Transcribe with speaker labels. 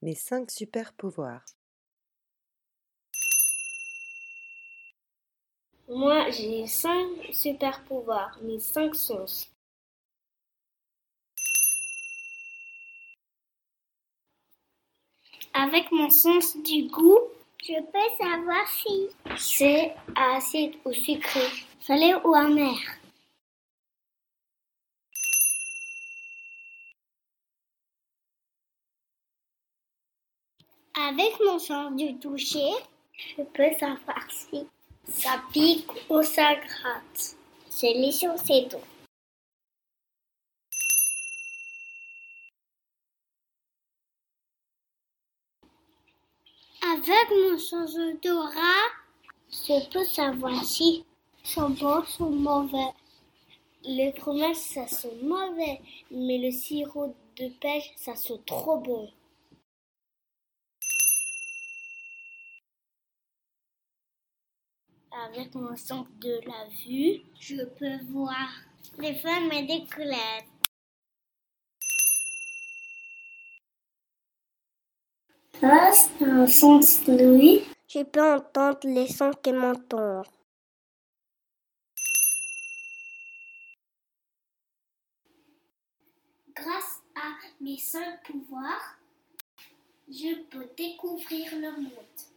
Speaker 1: Les 5 super pouvoirs.
Speaker 2: Moi, j'ai cinq super pouvoirs, mes cinq sens. Avec mon sens du goût, je peux savoir si c'est acide ou sucré, salé ou amer. Avec mon sens du toucher, je peux savoir si ça pique ou ça gratte. C'est léger ou c'est doux. Avec mon sens odorat, je peux savoir si sont bons sont mauvais. Le fromage, ça sent mauvais, mais le sirop de pêche, ça sent trop bon. Avec mon sens de la vue, je peux voir les femmes et des couleurs. Ah, c'est un sens de l'ouïe. Je peux entendre les sons qui m'entendent. Grâce à mes cinq pouvoirs, je peux découvrir le monde.